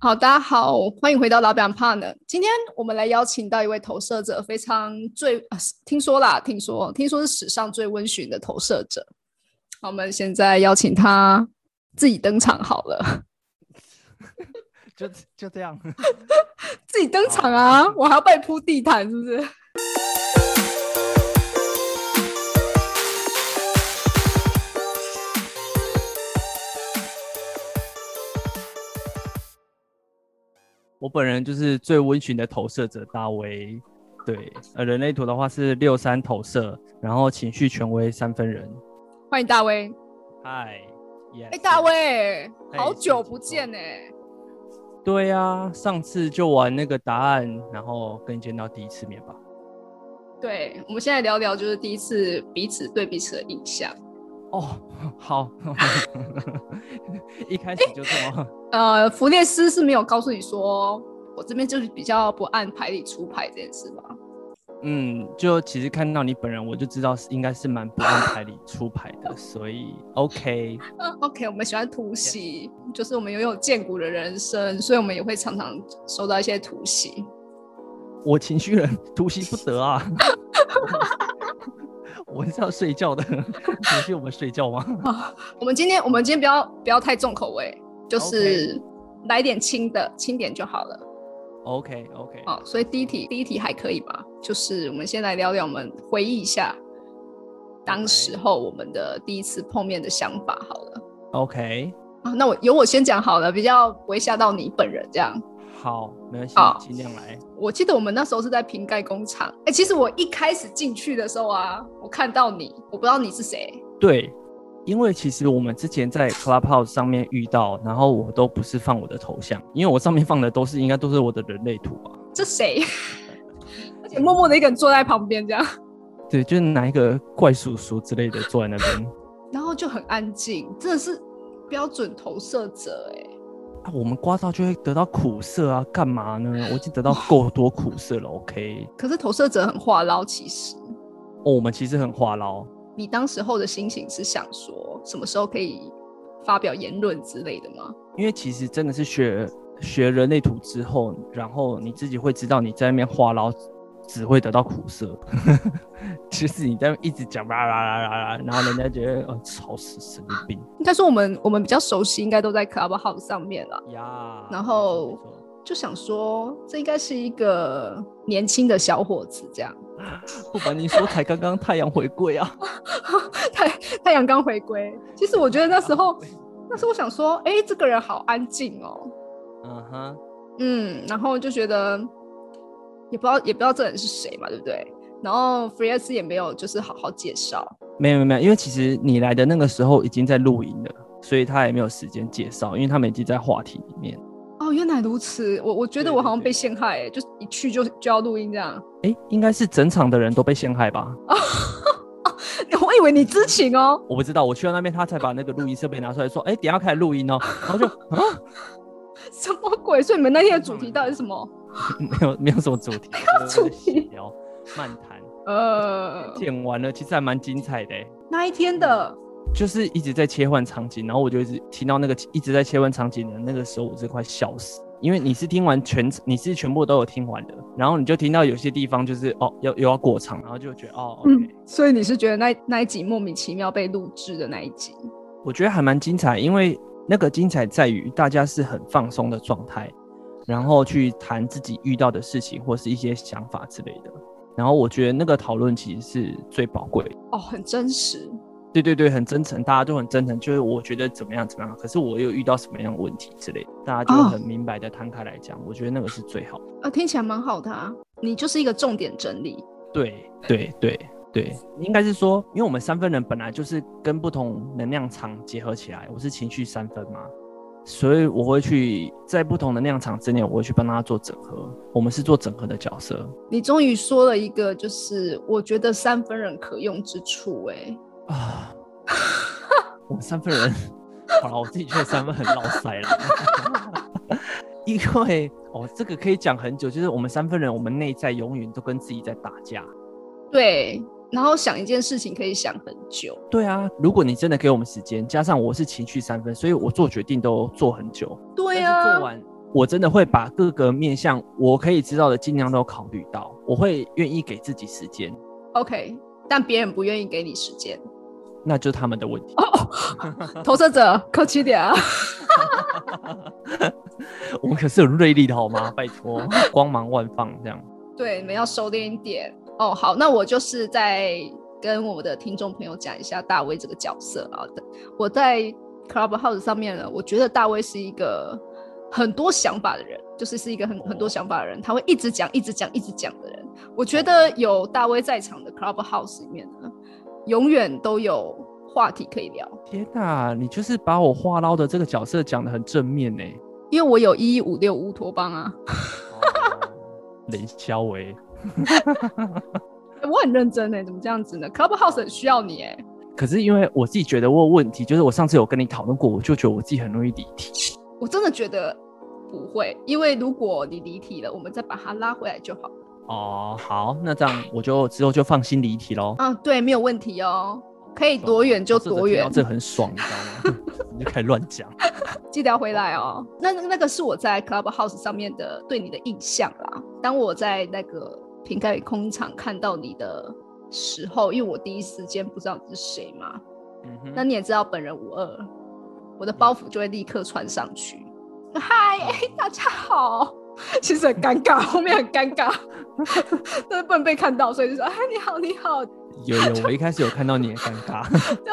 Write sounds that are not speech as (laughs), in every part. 好，大家好，欢迎回到老板怕呢。今天我们来邀请到一位投射者，非常最啊，听说啦，听说听说是史上最温驯的投射者。好，我们现在邀请他自己登场好了，就就这样。 (laughs) 自己登场啊！我还要被铺地毯是不是？我本人就是最温驯的投射者大威，对，呃，人类图的话是六三投射，然后情绪权威三分人。欢迎大威，嗨，哎、大，威，好是久主不播见哎、对呀、上次就玩那个答案，然后跟你见到第一次面吧。对，我们现在聊聊就是第一次彼此对彼此的印象。哦， (laughs) 好，一开始就这么，呃，弗列斯是没有告诉你说，我这边就是比较不按牌理出牌这件事吧？嗯，就其实看到你本人，我就知道是应该是蛮不按牌理出牌的，所以 OK，嗯，OK，我们喜欢突袭就是我们拥有剑骨的人生，所以我们也会常常收到一些突袭。我情绪人突袭不得啊！ (laughs) 我是要睡觉的， (laughs) 你是我们睡觉吗？我们今天，我们今天不要不要太重口味，就是来点轻的，轻点就好了。 OK OK，哦，所以第一题，第一题还可以吧？就是我们先来聊聊，我们回忆一下当时候我们的第一次碰面的想法好了。 OK，啊，那我由我先讲好了，比较不会吓到你本人这样。好，没关系好，尽量来。我记得我们那时候是在瓶盖工厂。哎、其实我一开始进去的时候啊，我看到你，我不知道你是谁。对，因为其实我们之前在 Clubhouse 上面遇到，然后我都不是放我的头像，因为我上面放的都是应该都是我的人类图啊吧？这谁？ (laughs) 而且默默的一个人坐在旁边这样，对，就是拿一个怪叔叔之类的坐在那边。然后就很安静，真的是标准投射者哎、啊，我们刮到就会得到苦涩啊，干嘛呢？我已经得到够多苦涩了，OK。可是投射者很话唠，其实哦，我们其实很话痨，哦你当时候的心情是想说什么时候可以发表言论之类的吗？因为其实真的是学学人类图之后，然后你自己会知道你在那边话痨只会得到苦涩， (laughs) 就是你在那边一直讲啦啦啦啦啦，然后人家觉得哦吵死神经病应该说我们我们比较熟悉，应该都在 Clubhouse 上面啦。呀。然后就想说，这应该是一个年轻的小伙子，这样 (laughs) 不瞒您说，才刚刚太阳回归啊。太太阳刚回归。其实我觉得那时候，那时候我想说，哎、这个人好安静哦， (laughs) 嗯哼，嗯，然后就觉得也不知道也不知道这人是谁嘛，对不对？然后 f r e e s 也没有就是好好介绍，没有没有没有，因为其实你来的那个时候已经在录影了，所以他也没有时间介绍，因为他们已经在话题里面。哦，原来如此。我我觉得对我对好像被对陷害、欸，就是一去就就要录音这样。 (laughs) 诶，应该是整场的人都被陷害吧？我以为你知情哦， (laughs) 我不知道，我去到那边，他才把那个录音设备拿出来，说：“哎、等一下开始录音哦。”然后就啊，什么鬼？所以你们那天的主题到底是什么？嗯没有没有什么主题，就是主题闲聊漫谈，呃，剪完了，其实还蛮精彩的欸，那一天的就是一直在切换场景，然后我就一直听到那个一直在切换场景的那个时候，我是快笑死。因为你是听完全，你是全部都有听完的，然后你就听到有些地方就是哦，要又要过场，然后就觉得哦，OK，、嗯，所以你是觉得那那一集莫名其妙被录制的那一集？我觉得还蛮精彩，因为那个精彩在于大家是很放松的状态，然后去谈自己遇到的事情或是一些想法之类的。然后我觉得那个讨论其实是最宝贵的。哦，很真实。对对对，很真诚，大家都很真诚，就是我觉得怎么样怎么样，可是我又遇到什么样的问题之类的，大家就哦会很明白的摊开来讲。我觉得那个是最好的。呃，听起来蛮好的啊。你就是一个重点整理，对对对对，应该是说，因为我们三分人本来就是跟不同能量场结合起来，我是情绪三分嘛，所以我会去在不同能量场之内，我会去帮他做整合。我们是做整合的角色你终于说了一个，就是我觉得三分人可用之处、欸。啊，我们三分 (laughs) 人，好了，我自己觉得三分很老塞了， (laughs) 因为哦，这个可以讲很久，就是我们三分人，我们内在永远都跟自己在打架。对，然后想一件事情可以想很久。对啊，如果你真的给我们时间，加上我是情绪三分，所以我做决定都做很久。对但是啊做，完我真的会把各个面向我可以知道的尽量都考虑到，我会愿意给自己时间， OK，但别人不愿意给你时间。那就是他们的问题。哦投射者，客气点啊！ (laughs) 我们可是有锐利的好吗？拜托，光芒万放这样。对，你们要收敛一点。哦，好，那我就是在跟我的听众朋友讲一下大威这个角色啊。我在 Clubhouse 上面呢，我觉得大威是一个很多想法的人，就是是一个很很多想法的人，他会一直讲、一直讲、一直讲的人。我觉得有大威在场的 Clubhouse 里面呢，永远都有话题可以聊。天哪、你就是把我话唠的这个角色讲的很正面呢、因为我有一一五六乌托邦啊，哦 (laughs) 冷肖维，我很认真哎、怎么这样子呢？Clubhouse 很需要你哎、可是因为我自己觉得我有问题，就是我上次有跟你讨论过，我就觉得我自己很容易离题。我真的觉得不会，因为如果你离题了，我们再把它拉回来就好。哦，好，那这样我就之后就放心离题喽。啊，对，没有问题哦，可以多远就多远投射者听到，这很爽，你知道吗？ (laughs) 你就开始乱讲。记得要回来哦。那那个是我在 Clubhouse 上面的对你的印象啦。当我在那个瓶盖空场看到你的时候，因为我第一时间不知道你是谁嘛，嗯那哼，你也知道本人五二，我的包袱就会立刻穿上去。嗨，嗯哎大家好。其实很尴尬，后面很尴 (laughs) 尬，但是不能被看到，所以就说：“哎，你好，你好。有有，我一开始有看到你的尴尬。” (laughs) 就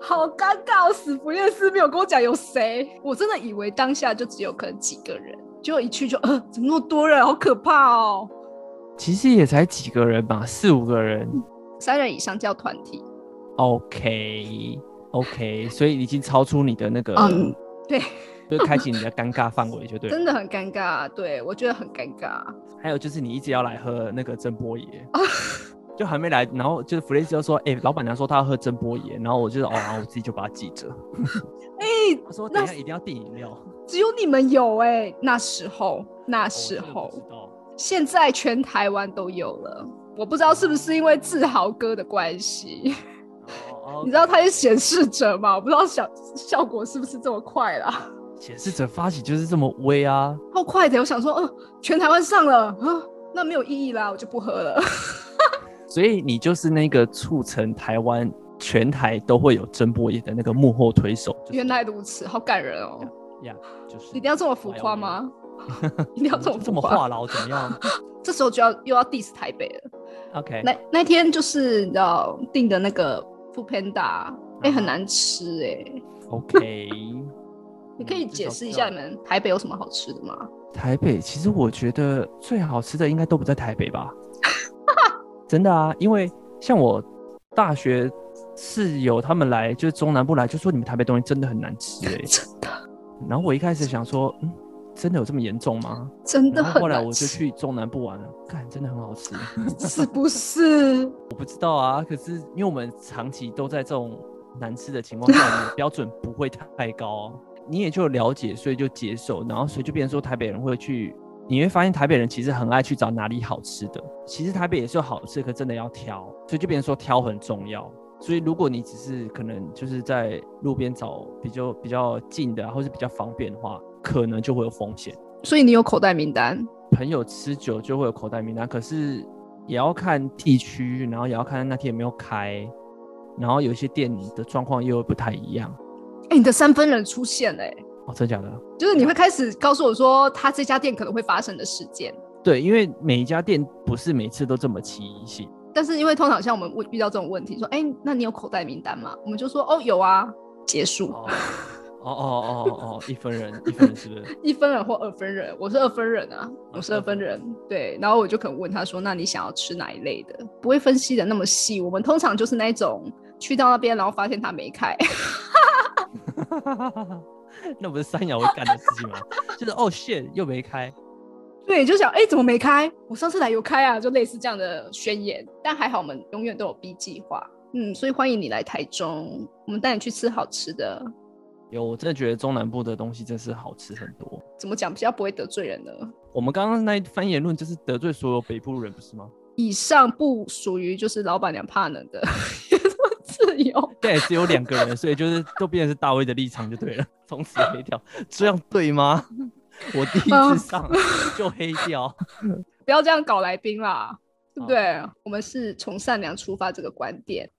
好尴尬，死不认识，没有跟我讲有谁。我真的以为当下就只有可能几个人，结果一去就呃，怎么那么多人，好可怕哦！其实也才几个人吧，四五个人。三人以上叫团体， OK OK，所以已经超出你的那个，嗯，对，就开启你的尴尬范围，就对了。 (laughs) 真的很尴尬，对我觉得很尴尬。还有就是你一直要来喝那个蒸波爷，啊就还没来，然后就是弗雷斯就说：“哎、老板娘说她要喝蒸波爷。”然后我就说：“哦，然后我自己就把它记着。哎、”他说：“那等一下一定要订饮料。只有你们有哎、那时候，那”时时候，道。现在全台湾都有了。我不知道是不是因为志豪哥的关系，哦你知道 OK 他是显示者嘛？我不知道效效果是不是这么快啦。显示者发起就是这么威啊！超快的，我想说，嗯、全台湾上了啊、那没有意义啦，我就不喝了。 (laughs) 所以你就是那个促成台湾全台都会有蒸波爷的那个幕后推手，就是原来如此，好感人哦！就是嗯一定要这么浮夸吗？哎 (laughs) 一定要这么这浮么夸？话痨怎么样这时候就要又要 diss 台北了。 ？OK， (laughs) 那那天就是你知道订的那个 f o o Panda，哎、嗯很难吃哎、 OK，你可以嗯解释一下你。至少们台北有什么好吃的吗？台北其实我觉得最好吃的应该都不在台北 (laughs) 吧？真的啊，因为像我大学室友他们来，就是中南部来，就说你们台北东西真的很难吃哎、真的然后我一开始想说，嗯，真的有这么严重吗？真的然后很后来难我就吃，去中南部玩了，看真的很 (laughs) 好吃。是不是？我不知道啊，可是因为我们长期都在这种难吃的情况下，我们的标准不会太高，哦你也就了解，所以就接受，然后所以就变成说台北人会去，你会发现台北人其实很爱去找哪里好吃的，其实台北也是有好吃，可真的要挑，所以就变成说挑很重要。所以，如果你只是可能就是在路边找比较比较近的啊，或是比较方便的话，可能就会有风险。所以你有口袋名单，朋友吃酒就会有口袋名单，可是也要看地区，然后也要看那天有没有开，然后有一些店的状况又不太一样。哎、你的三分人出现了、哎，哦，真的假的？就是你会开始告诉我说他这家店可能会发生的事件。对，因为每一家店不是每次都这么奇异性。但是因为通常像我们问遇到这种问题，说，哎、那你有口袋名单吗？我们就说，哦，有啊，结束，哦哦哦哦哦，一分人，一分人是不是？ (laughs) 一分人或二分人，我是二分人啊，我是二分人，对，然后我就可能问他说，那你想要吃哪一类的？不会分析的那么细，我们通常就是那一种去到那边，然后发现他没开，那不是三爻会干的事情吗？就是哦，shit，又没开。对，就想，哎、怎么没开？我上次来有开啊，就类似这样的宣言。但还好我们永远都有 B 计划，嗯，所以欢迎你来台中，我们带你去吃好吃的。有，我真的觉得中南部的东西真是好吃很多。怎么讲比较不会得罪人呢？我们刚刚那一番言论就是得罪所有北部人，不是吗？以上不属于就是老板娘怕冷的言论自由。但也只有两个人，所以就是都变成是大卫的立场就对了。从此黑掉，这样对吗？我第一次上就黑掉。不要这样搞来宾啦，对不对？我们是从善良出发这个观点，